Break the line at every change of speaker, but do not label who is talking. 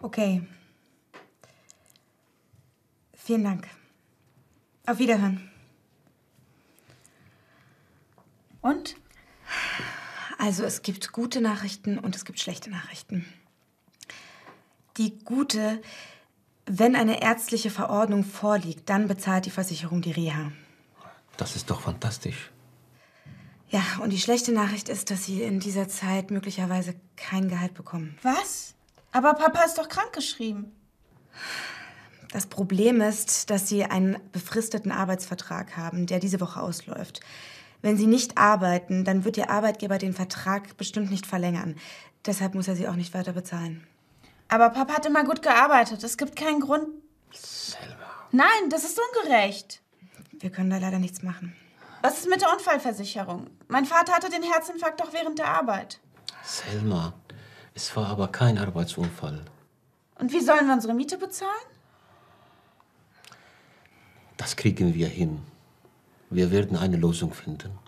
Okay. Vielen Dank. Auf Wiederhören.
Und?
Also es gibt gute Nachrichten und es gibt schlechte Nachrichten. Die gute, wenn eine ärztliche Verordnung vorliegt, dann bezahlt die Versicherung die Reha.
Das ist doch fantastisch.
Ja, und die schlechte Nachricht ist, dass Sie in dieser Zeit möglicherweise kein Gehalt bekommen.
Was? Aber Papa ist doch krankgeschrieben.
Das Problem ist, dass Sie einen befristeten Arbeitsvertrag haben, der diese Woche ausläuft. Wenn Sie nicht arbeiten, dann wird Ihr Arbeitgeber den Vertrag bestimmt nicht verlängern. Deshalb muss er Sie auch nicht weiter bezahlen.
Aber Papa hat immer gut gearbeitet. Es gibt keinen Grund.
Selber.
Nein, das ist ungerecht.
Wir können da leider nichts machen.
Was ist mit der Unfallversicherung? Mein Vater hatte den Herzinfarkt doch während der Arbeit.
Selma, es war aber kein Arbeitsunfall.
Und wie sollen wir unsere Miete bezahlen?
Das kriegen wir hin. Wir werden eine Lösung finden.